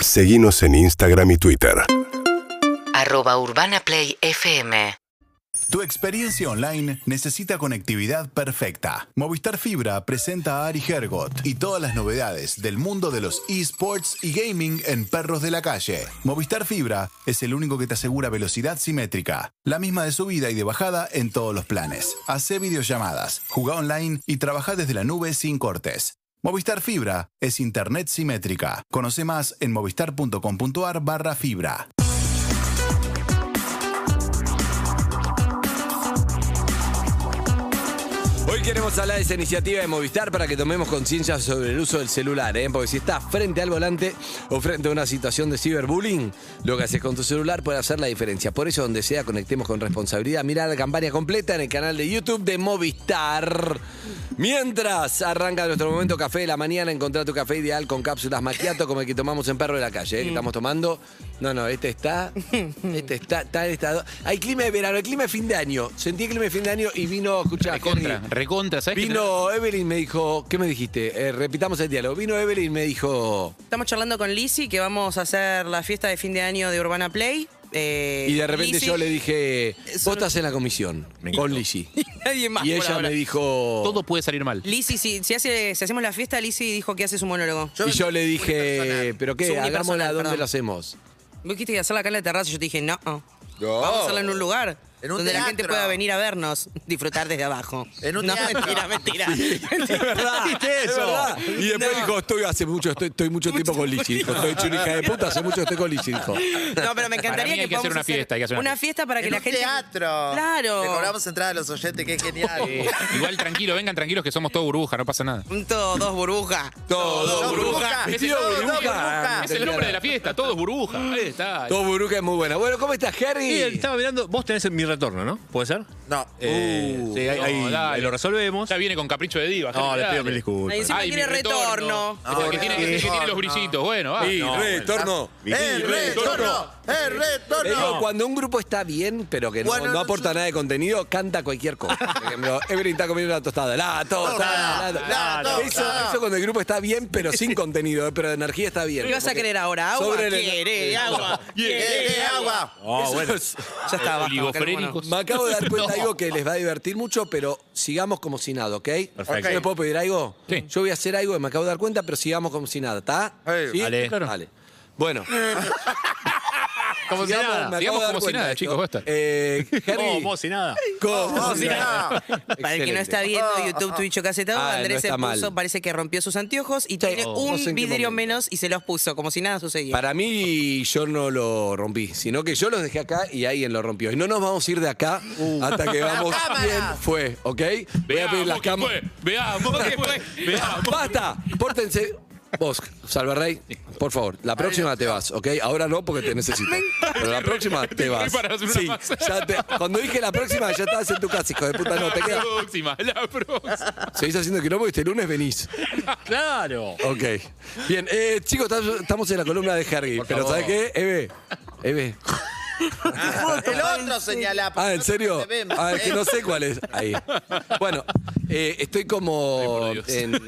Seguimos en Instagram y Twitter. arroba urbanaplayfm Tu experiencia online necesita conectividad perfecta. Movistar Fibra presenta a Ari Hergot y todas las novedades del mundo de los esports y gaming en perros de la calle. Movistar Fibra es el único que te asegura velocidad simétrica, la misma de subida y de bajada en todos los planes. Hacé videollamadas, jugá online y trabaja desde la nube sin cortes. Movistar Fibra es internet simétrica. Conoce más en movistar.com.ar barra fibra. Hoy queremos hablar de esa iniciativa de Movistar para que tomemos conciencia sobre el uso del celular, ¿eh? porque si estás frente al volante o frente a una situación de ciberbullying, lo que haces con tu celular puede hacer la diferencia. Por eso, donde sea, conectemos con responsabilidad. Mirá la campaña completa en el canal de YouTube de Movistar. Mientras arranca nuestro momento café de la mañana, encontrá tu café ideal con cápsulas maquiato como el que tomamos en Perro de la Calle, ¿eh? que estamos tomando. No, no, este está, este está, está en estado. Hay clima de verano, hay clima de fin de año. Sentí el clima de fin de año y vino, escuchá, Recontra, Henry. recontra, ¿sabes? Vino Evelyn, me dijo, ¿qué me dijiste? Eh, repitamos el diálogo. Vino Evelyn, me dijo, Estamos charlando con Lizzy que vamos a hacer la fiesta de fin de año de Urbana Play. Eh, y de repente Lizzy yo le dije, vos Solo- estás en la comisión con Lizzy. y nadie más. Y por ella ahora. me dijo, Todo puede salir mal. Lizzy, si, si hace, si hacemos la fiesta, Lizzy dijo que hace su monólogo. y yo le dije, ¿pero Es qué? unipersonal, Hagámosla, ¿dónde perdón. lo hacemos? Vos dijiste que hacerla acá en la terraza y yo te dije, no. Vamos a hacerla en un lugar En un donde la gente teatro. pueda venir a vernos, disfrutar desde abajo. En un no, teatro. mentira, mentira. Es verdad, es verdad. Y después dijo, estoy hace mucho, estoy, estoy mucho tiempo con Lizzy. Dijo, estoy hecho una hija de puta, hace mucho que estoy con Lizzy, dijo. No, pero me Para mí encantaría hay que hacer podamos una fiesta, hay que hacer una una fiesta para que en la un gente teatro. Claro. Le cobramos entrada a los oyentes, que es genial. Eh, igual tranquilo, vengan tranquilos que somos todo burbuja, no pasa nada. Junto dos burbujas. Todo Todo burbuja. burbuja. Vestido Todo burbuja. burbuja. Es el nombre de la fiesta, todo es burbuja. Ahí está. Todo burbuja es muy buena. Bueno, ¿cómo estás, Harry? Sí, estaba mirando. Vos tenés mi retorno, ¿no? ¿Puede ser? No. Eh, sí, ahí, no, ahí dale. lo resolvemos. Ya viene con capricho de diva. No, Henry, le pido dale. mil disculpas. Ahí encima Ay, quiere mi retorno. retorno. Es el que Ah, tiene, bueno. es el que tiene los brillitos. Bueno, va. Sí, No, re, bueno. torno. ¡El retorno! ¡El Te digo, retorno! cuando un grupo está bien, pero que no- Bueno, no, no, aporta yo- nada de contenido, canta cualquier cosa. Por ejemplo, Evelyn está comiendo una tostada. La tostada. la Tostada, to- la tostada. Eso, eso cuando el grupo está bien, pero sin contenido, eh, pero de energía está bien. ¿Qué vas a Porque querer ahora? ¿Agua? sobre el- Quiere agua. ¡Quiere agua! Ah, Eso es- Ya está, basta, Oligofrénicos. me acabo de dar cuenta No. de algo que les va a divertir mucho, pero sigamos como si nada, ¿ok? Perfecto. ¿Yo ¿Le puedo pedir algo? Sí. Yo voy a hacer algo que me acabo de dar cuenta, pero sigamos como si nada, ¿está? Ey, Dale. Claro. Vale. Bueno. Como si sigamos, nada. me acabo Digamos de dar como si cuenta nada, de chicos, esto. basta. Eh, Harry, Oh, vos y nada. ¿cómo? si nada. Para el que no Oh, Excelente. está viendo YouTube, Twitch o Caseta, Ah, no Andrés se está puso, mal. parece que rompió sus anteojos y tiene Oh. No sé en un qué vidrio momento. menos y se los puso, como si nada sucediera. Para mí, yo no lo rompí, sino que yo los dejé acá y alguien lo rompió. Y no nos vamos a ir de acá Uh. hasta que vamos cámara! quién fue, ¿ok? Voy a pedir las cámaras. Veamos qué fue. Veamos. ¡Basta! Pórtense. Vos, Salvarrey, por favor, la próxima te vas, ¿ok? Ahora no porque te necesito. Pero la próxima te vas. para hacer una Sí, más. ya te- cuando dije la próxima, ya estabas en tu casa, hijo de puta, no te La quedas. próxima, la próxima. Seguís haciendo quilombo y este lunes venís. Claro. Ok. Bien, eh, chicos, estamos- estamos en la columna de Harry, pero ¿sabes qué? Eve, Eve, El otro señala. Ah, ¿en serio? Ah, que no sé cuál es. Ahí. Bueno, eh, estoy como. Ay, por Dios. en-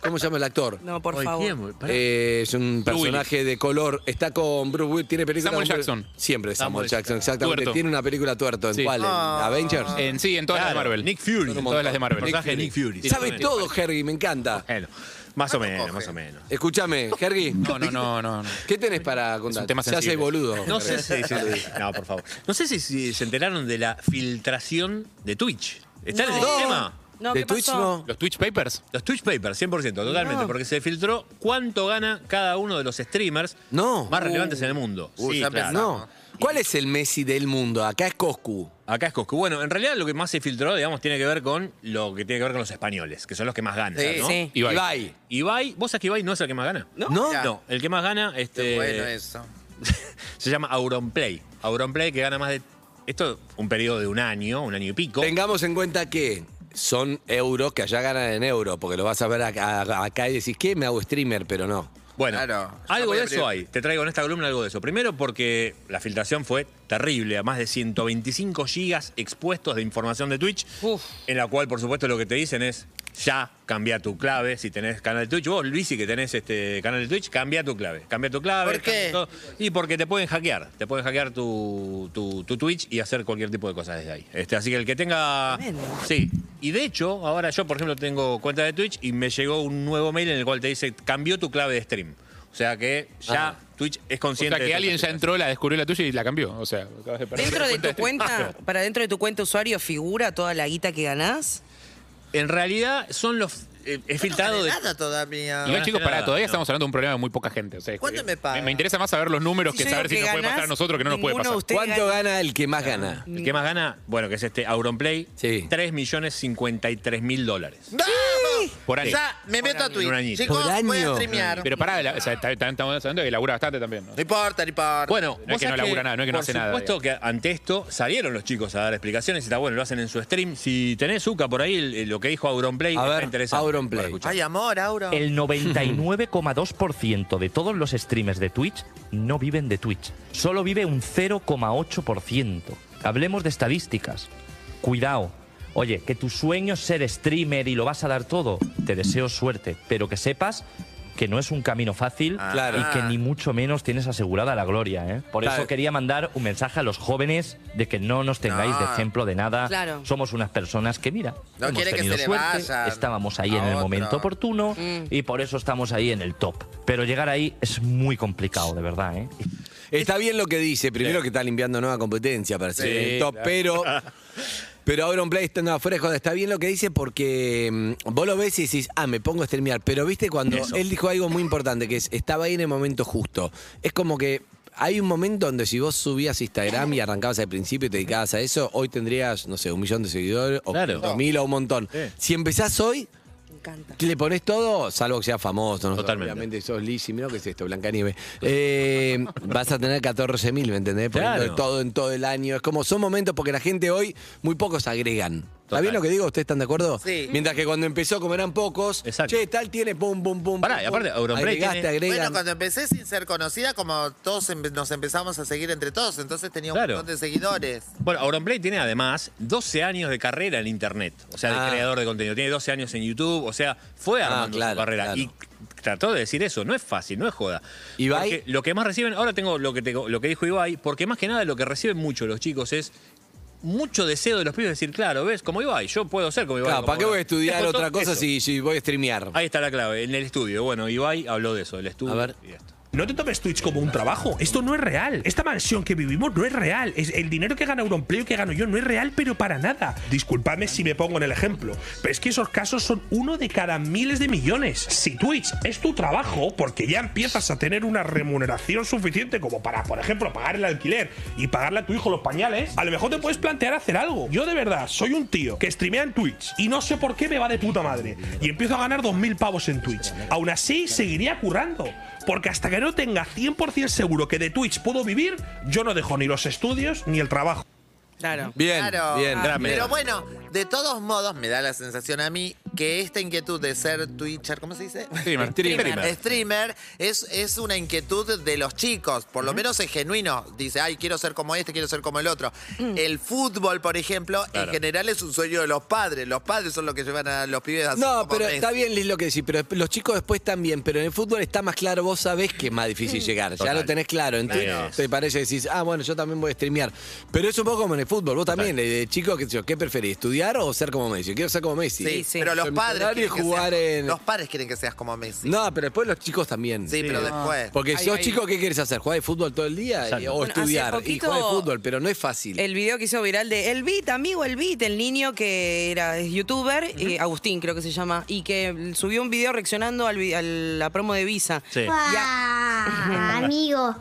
¿Cómo se llama el actor? No, por Ay, favor. ¿quién, boludo? Pará. Eh, es un personaje de color. Está con Bruce Willis. Tiene película. Samuel con- Jackson. Siempre Samuel Samuel Jackson, exactamente. Tuerto. Tiene una película tuerto. ¿En Sí. cuál? ¿En Avengers? En, sí, en todas las de Claro, Marvel. Nick Fury. Son un Todas las de Marvel. El personaje de Nick Fury. Sí, Sabe sí. todo, Harry. Me encanta. Bueno, más o menos, más o menos. Escúchame, Harry. No, no, no, no. no. ¿Qué tenés para contar? tema Se hace sensible. boludo. No sé si, si- no, por favor. No sé si, si se enteraron de la filtración de Twitch. ¿Está en el sistema? No, de ¿qué Twitch pasó? no. Los Twitch Papers. Los Twitch Papers, 100%, totalmente, porque se filtró cuánto gana cada uno de los streamers No. más relevantes en el mundo. Uh, Sí, ya claro. No. ¿Cuál es el Messi del mundo? Acá es Coscu. Acá es Coscu. Bueno, en realidad lo que más se filtró, digamos, tiene que ver con lo que tiene que ver con los españoles, que son los que más ganan, Sí, ¿no? sí. Ibai. Ibai. Ibai, ¿vos sabés que Ibai no es el que más gana? ¿No? No, el que más gana este, Eh, Qué bueno eso. se llama Auronplay. Auronplay que gana más de... Esto un periodo de un año, un año y pico. Tengamos en cuenta que son euros que allá ganan en euros, porque lo vas a ver acá, acá y decís, ¿qué? Me hago streamer, pero no. Bueno, Claro. algo Voy a de abrir. eso hay. Te traigo en esta columna algo de eso. Primero porque la filtración fue terrible, a más de 125 gigas expuestos de información de Twitch, Uf. en la cual, por supuesto, lo que te dicen es, ya cambia tu clave. Si tenés canal de Twitch, vos, Luisi, que tenés este canal de Twitch, cambia tu clave. Cambia tu clave. ¿Por qué? cambia todo. Y porque te pueden hackear. Te pueden hackear tu, tu- tu Twitch y hacer cualquier tipo de cosas desde ahí. Este, así que el que tenga. Tremendo. Sí. Y de hecho, ahora yo, por ejemplo, tengo cuenta de Twitch y me llegó un nuevo mail en el cual te dice cambió tu clave de stream. O sea que ya Twitch es O consciente. sea, de que todo alguien esto. ya entró, la descubrió la tuya y la cambió. O sea, acabas de perder Dentro la de tu cuenta, Twitch. para dentro de tu cuenta usuario figura toda la guita que ganás. En realidad son los. eh, es filtrado de. Nada todavía. Igual, no chicos, hace pará, nada, todavía no. estamos hablando de un problema de muy poca gente. o sea, es ¿Cuánto que- me paga? Me interesa más saber los números que yo saber si digo nos que puede pasar a ganás, nosotros, que no nos puede ninguno de pasar. ustedes ¿Cuánto gana- gana el que más gana? El que más gana, bueno, que es este Auronplay, Sí. 3 millones 53 mil dólares. ¡Vamos! Por año. Ya me meto a año, en un Twitch. añito. Chicos, Por voy a año. streamear. Pero pará, la- o sea, está- está- estamos hablando de que labura bastante también. ¿no? No importa, no importa. No Bueno, es vos que no sabés labura nada, no es que no por hace nada, supuesto que ante esto salieron los chicos a dar explicaciones y está bueno, lo hacen en su stream. Si tenés Zuka por ahí, el- el- lo que dijo Auronplay A está ver, interesante Auronplay. para escuchar. Ay, amor, Auro. El 99,2% de todos los streamers de Twitch no viven de Twitch. Solo vive un 0,8%. Hablemos de estadísticas. Cuidado. Oye, que tu sueño es ser streamer y lo vas a dar todo. Te deseo suerte, pero que sepas que no es un camino fácil Claro. Ah, y que Ah. ni mucho menos tienes asegurada la gloria. ¿eh? Por Claro. eso quería mandar un mensaje a los jóvenes de que no nos tengáis de Ah. No. ejemplo de nada. Claro. Somos unas personas que, mira, No hemos quiere que tenido se le suerte, vayan estábamos ahí a en el otro. Mm. momento oportuno y por eso estamos ahí en el top. Pero llegar ahí es muy complicado, de verdad, ¿eh? Está bien lo que dice, primero que está limpiando nueva competencia para ser Sí, el top, pero. Pero Auron Play está no, fuera de joda, está bien lo que dice porque mm, vos lo ves y decís, ah, me pongo a streamear. Pero viste cuando él dijo algo muy importante, que es, estaba ahí en el momento justo. Es como que hay un momento donde si vos subías Instagram y arrancabas al principio y te dedicabas a eso, hoy tendrías, no sé, un millón de seguidores o Claro. dos mil o un montón. Sí. Si empezás hoy, Me encanta. ¿Te le pones todo? Salvo que sea famoso, ¿no? Totalmente. Obviamente sos Lizzy, mirá que es esto, Blanca Nieve. vas a tener 14.000, ¿me entendés? Poniendo Claro. todo en todo el año. Es como son momentos porque la gente hoy, muy pocos agregan. ¿Está Total. bien lo que digo? ¿Ustedes están de acuerdo? Sí. Mientras que cuando empezó, como eran pocos, Exacto. che, tal tiene pum, pum, pum. Pará, pum, y aparte, pum. Auronplay Agregaste, tiene- agregan. Bueno, cuando empecé sin ser conocida, como todos empe- nos empezamos a seguir entre todos, entonces tenía un Claro. montón de seguidores. Bueno, Auronplay tiene además 12 años de carrera en Internet, o sea, Ah. de creador de contenido. Tiene 12 años en YouTube, o sea, fue Ah, armando claro, su carrera. claro. Y trató de decir eso, no es fácil, no es joda. Ibai. Porque lo que más reciben, ahora tengo lo que, te- lo que dijo Ibai, porque más que nada lo que reciben mucho los chicos es mucho deseo de los pibes de decir, claro, ¿ves? Como Ibai, yo puedo ser como Ibai. Claro, como ¿para qué Ibai". voy a estudiar Eso, otra cosa eso. si, si voy a streamear? Ahí está la clave, en el estudio. Bueno, Ibai habló de eso, del estudio. A ver. y esto. No te tomes Twitch como un trabajo. Esto no es real. Esta mansión que vivimos no es real. Es el dinero que gana Auronplay o que gano yo no es real, pero para nada. Disculpadme si me pongo en el ejemplo, pero es que esos casos son uno de cada miles de millones. Si Twitch es tu trabajo, porque ya empiezas a tener una remuneración suficiente como para, por ejemplo, pagar el alquiler y pagarle a tu hijo los pañales, a lo mejor te puedes plantear hacer algo. Yo de verdad soy un tío que streamea en Twitch y no sé por qué me va de puta madre y empiezo a ganar 2.000 pavos en Twitch. Aún así, seguiría currando. Porque hasta que no tenga 100% seguro que de Twitch puedo vivir, yo no dejo ni los estudios ni el trabajo. Claro. Bien, Claro. bien. Ah, bien. Pero bueno, de todos modos, me da la sensación a mí que esta inquietud de ser Twitcher, ¿cómo se dice? Streamer. Streamer. Streamer es, es una inquietud de los chicos, por lo menos es genuino. Dice, ay, quiero ser como este, quiero ser como el otro. El fútbol, por ejemplo, en general es un sueño de los padres. Los padres son los que llevan a los pibes a ser No, como pero Messi. está bien Liz lo que decís, pero los chicos después también, pero en el fútbol está más claro, vos sabés que es más difícil Mm. llegar, Total. ya lo tenés claro, en Twitch Claro. te parece decís, ah, bueno, yo también voy a streamear, pero es un poco como en el fútbol, vos también, eh, de chico, qué, sé yo, ¿qué preferís, estudiar o ser como Messi? Quiero ser como Messi. Sí, sí. pero los Soy padres, millonario y quieren que jugar seas- en- los padres quieren que seas como Messi. No, pero después los chicos también. sí, pero después. Porque Ahí, sos ahí. chico, ¿qué quieres hacer? ¿Jugar de fútbol todo el día? Y- o Bueno, hace estudiar. y poquito- jugar de fútbol, pero no es fácil. El video que hizo viral de El Beat, amigo El Beat, el niño que era es youtuber, eh, Agustín creo que se llama, y que subió un video reaccionando al vi- a la promo de Visa. Sí. amigo.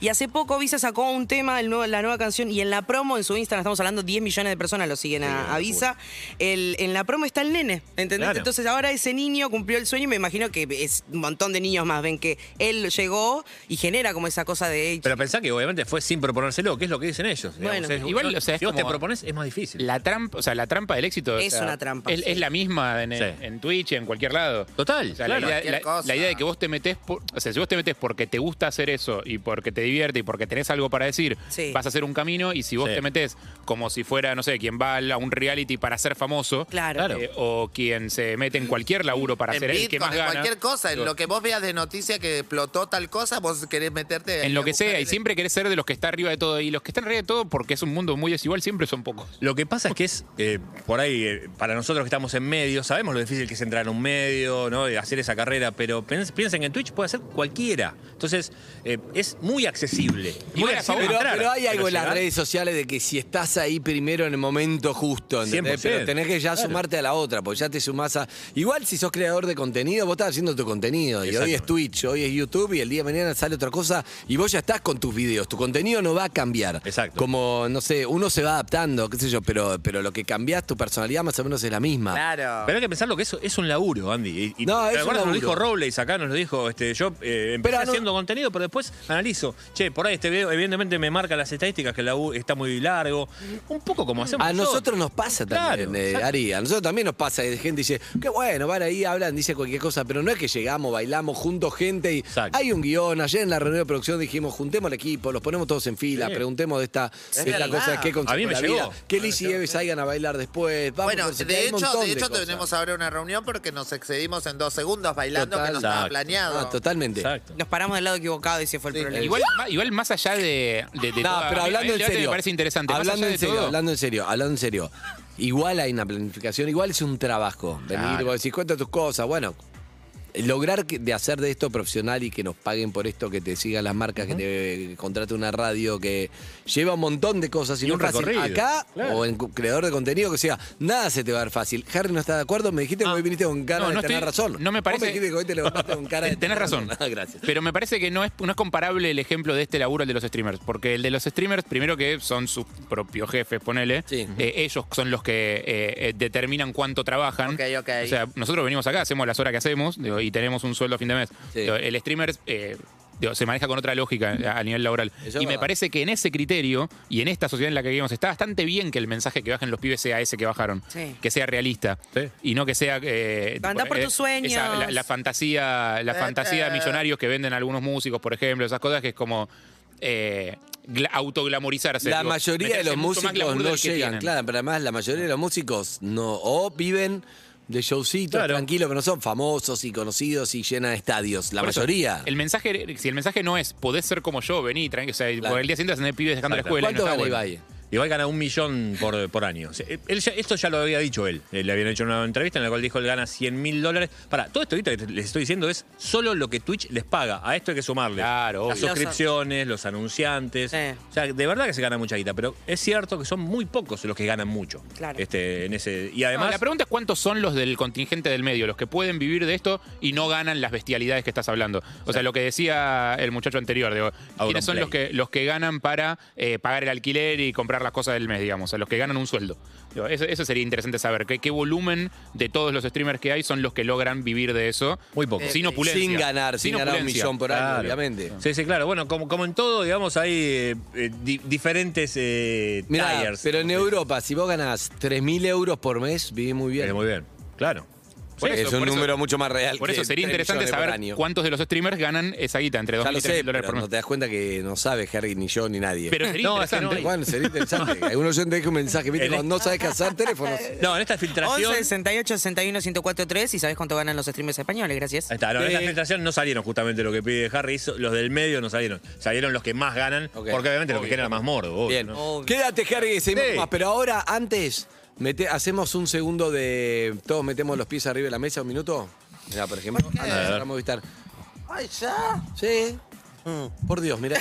Y hace poco Visa sacó un tema, el nuevo- la nueva canción, y en la promo, en su Instagram, estamos hablando 10 millones de personas lo siguen a, a Visa, el- en la promo está el nene, ¿entendés? Claro. Entonces ahora ese niño cumplió el sueño y me imagino que es un montón de niños más, ven que él llegó y genera como esa cosa de... Pero pensá que obviamente fue sin proponérselo, que es lo que dicen ellos. digamos. Bueno. Es- Igual, o sea, es si vos te como- propones, es más difícil. La trampa, o sea, la trampa del éxito. o Es sea, una trampa, Es, sí. es la misma en, Sí. en Twitch, en cualquier lado. Total, O sea, claro. la, idea, Cualquier la- cosa. la idea de que vos te metés, por- o sea, si vos te metés porque te gusta hacer eso y porque te divierte y porque tenés algo para decir, Sí. vas a hacer un camino y si vos Sí. te metés como si fuera, no sé, quien va a la- a un reality para ser famoso, Claro. eh, o o quien se mete en cualquier laburo para En ser el que Bitcoin, más en gana. cualquier cosa, en lo que vos veas de noticia que explotó tal cosa, vos querés meterte En lo que sea, y el- siempre querés ser de los que está arriba de todo. Y los que están arriba de todo, porque es un mundo muy desigual, siempre son pocos. Lo que pasa es que es, eh, por ahí, eh, para nosotros que estamos en medio, sabemos lo difícil que es entrar en un medio, ¿no? Y hacer esa carrera, pero pens- piensen que en Twitch puede hacer cualquiera. Entonces, eh, es muy accesible. Y Bueno, muy accesible pero, entrar. pero hay algo en las llegar- redes sociales de que si estás ahí primero en el momento justo, ¿entendés? 100%, pero tenés que ya claro. sumarte a la otra, porque ya te sumás a. Igual si sos creador de contenido, vos estás haciendo tu contenido. Y hoy es Exactamente. Twitch, hoy es YouTube, y el día de mañana sale otra cosa, y vos ya estás con tus videos. Tu contenido no va a cambiar. Exacto. Como, no sé, uno se va adaptando, qué sé yo, pero, pero lo que cambias, tu personalidad más o menos es la misma. Claro. Pero hay que pensarlo que eso es un laburo, Andy. Y, y- No, es ¿te acuerdas? un Nos laburo. lo dijo Robles acá, nos lo dijo. Este, yo eh, empecé Pero no- haciendo contenido, pero después analizo. Che, por ahí este video, evidentemente me marca las estadísticas que el laburo está muy largo. Un poco como hacemos. A nosotros. nosotros nos pasa también, Claro, eh, exacto. Ari. A nosotros también nos pasa. que Gente dice, qué bueno, van ahí, hablan, dice cualquier cosa, pero no es que llegamos, bailamos juntos gente y hay un guión. Ayer en la reunión de producción dijimos, juntemos el equipo, los ponemos todos en fila, Sí. preguntemos de esta, Es de esta verdad. cosa, qué A mí concepto me de la llegó. vida, que Liz y Eve salgan a bailar después. Vamos, Bueno, no sé qué, hay de un hecho, montón de hecho cosas. tenemos ahora una reunión porque nos excedimos en dos segundos bailando Total. que no estaba Exacto. planeado. Ah, totalmente. Nos paramos del lado equivocado y ese fue el problema. Igual, ma- igual más allá de. de, No, de todo- pero a mí- a mí hablando el en debate serio. Me parece interesante. Más Hablando allá en de serio, todo, hablando en serio, hablando en serio. Igual hay una planificación, igual es un trabajo. Venir, Claro. vos decís, cuenta tus cosas, bueno. Lograr que- de hacer de esto profesional y que nos paguen por esto, que te sigan las marcas, que te contrate una radio, que lleva un montón de cosas. Y, Y no un es fácil. recorrido, Acá claro. o en cu- creador de contenido, que sea, nada se te va a dar fácil. Harry no está de acuerdo, me dijiste que hoy viniste con cara Ah. No, de no tener estoy- razón. no me Vos parece- dijiste que hoy te levantaste con cara de Ah, Tenés razón. Gracias. Pero me parece que no es, no es comparable el ejemplo de este laburo al de los streamers. Porque el de los streamers, primero que son sus propios jefes, ponele. eh, ellos son los que eh, eh, determinan cuánto trabajan. Ok, ok. O sea, nosotros venimos acá, hacemos las horas que hacemos digo, y tenemos un sueldo a fin de mes. Digo, el streamer eh, digo, se maneja con otra lógica a a nivel laboral. Eso es y me verdad. parece que en ese criterio y en esta sociedad en la que vivimos está bastante bien que el mensaje que bajen los pibes sea ese que bajaron. Sí. Que sea realista. Y no que sea... eh, Andá por eh, tus sueños. esa- la, la fantasía, la Eh, fantasía eh. de millonarios que venden algunos músicos, por ejemplo. Esas cosas que es como... Eh, gla- autoglamorizarse. La digo, mayoría de meterse los mucho más músicos glamour no del que llegan, tienen. claro, pero además la mayoría de los músicos no, o viven de showcitos tranquilos, que no son famosos y conocidos y llenan estadios, la Por eso, mayoría. el mensaje, si el mensaje no es podés ser como yo, vení, tranqui, o sea, por el día siguiente vas a tener pibes dejando la escuela. y no ¿Cuánto está gana bueno. Ibai? Igual gana un millón por, por año. O sea, él ya- esto ya lo había dicho él. Eh, Le habían hecho una entrevista en la cual dijo él gana 100 mil dólares. Para, todo esto ahorita que te- les estoy diciendo es solo lo que Twitch les paga. A esto hay que sumarle Claro, las obvio. suscripciones, los anunciantes. O sea, de verdad que se gana mucha guita, pero es cierto que son muy pocos los que ganan mucho. Claro. Este, en ese, y No, además, la pregunta es cuántos son los del contingente del medio, los que pueden vivir de esto y no ganan las bestialidades que estás hablando. O sea, lo que decía el muchacho anterior, digo, ¿quiénes son Play. los que, los que ganan para eh, pagar el alquiler y comprar las cosas del mes, digamos? O sea, los que ganan un sueldo. Digo, eso, eso sería interesante saber, ¿qué, qué volumen de todos los streamers que hay son los que logran vivir de eso? Muy poco. Sin opulencia. Sin ganar, sin ganar un millón eh, por año, Claro. obviamente. sí, sí, claro. Bueno, como, como en todo, digamos, hay eh, eh, di- diferentes eh, Mirá, tiers. pero en Europa, si vos ganás 3.000 euros por mes, vivís muy bien. Pero Eh, muy bien, claro. Eh, Por es eso, un por eso. número mucho más real. Por que eso sería 3 interesante millones por saber año. cuántos de los streamers ganan esa guita, entre 2.000 Ya y lo 3.000 sé, dólares pero por no mes. te das cuenta que no sabe Harry, ni yo, ni nadie. Pero sería No, es que no interesante. hay. Bueno, sería interesante. Algún oyente deje un mensaje, ¿viste? En Cuando no sabes qué hacer, teléfonos. No, en esta filtración. 11 68 61 1043 y sabes cuánto ganan los streamers españoles, gracias. Ahí está, no, en esta filtración no salieron justamente lo que pide Harry, hizo- los del medio no salieron. Salieron los que más ganan, porque obviamente los que generan más mordo. obvio, Bien. ¿no? Quédate, Harry, seguimos Sí. más. Pero ahora, antes, mete- hacemos un segundo de. Todos metemos los pies arriba de la mesa, un minuto. Mira, por ejemplo, antes de empezar a Movistar. Ay, ya. Sí. Por Dios, mira.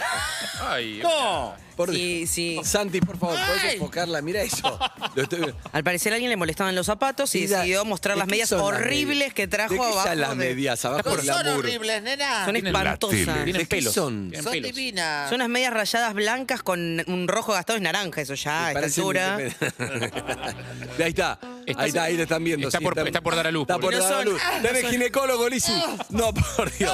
Ay, No. Por Mm. Sí, sí. Santi, por favor, ¿podés Ay. enfocarla? Mira eso. Lo estoy viendo. Al parecer a alguien le molestaban los zapatos y Mira, decidió mostrar ¿de las qué medias son las horribles medias? ¿De que trajo qué abajo. están las de- Ah, medias abajo No del son laburo? horribles, nena. Son espantosas. ¿De Tienen qué pelos. son? Tienen Son pelos. divinas. Son unas medias rayadas blancas con un rojo gastado en naranja, eso ya, a Ah, esta Parecen altura. independ- ahí está. Está- ahí está, ahí lo están viendo. está sí, por- está por dar a luz, Está por pobre. dar a No son- luz. ah, Ah. no Tenés son- ginecólogo, Lisi. No, por Dios.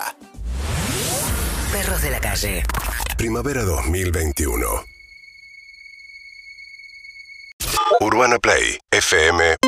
Perros de la calle. Primavera 2021. UrbanaPlayFM.com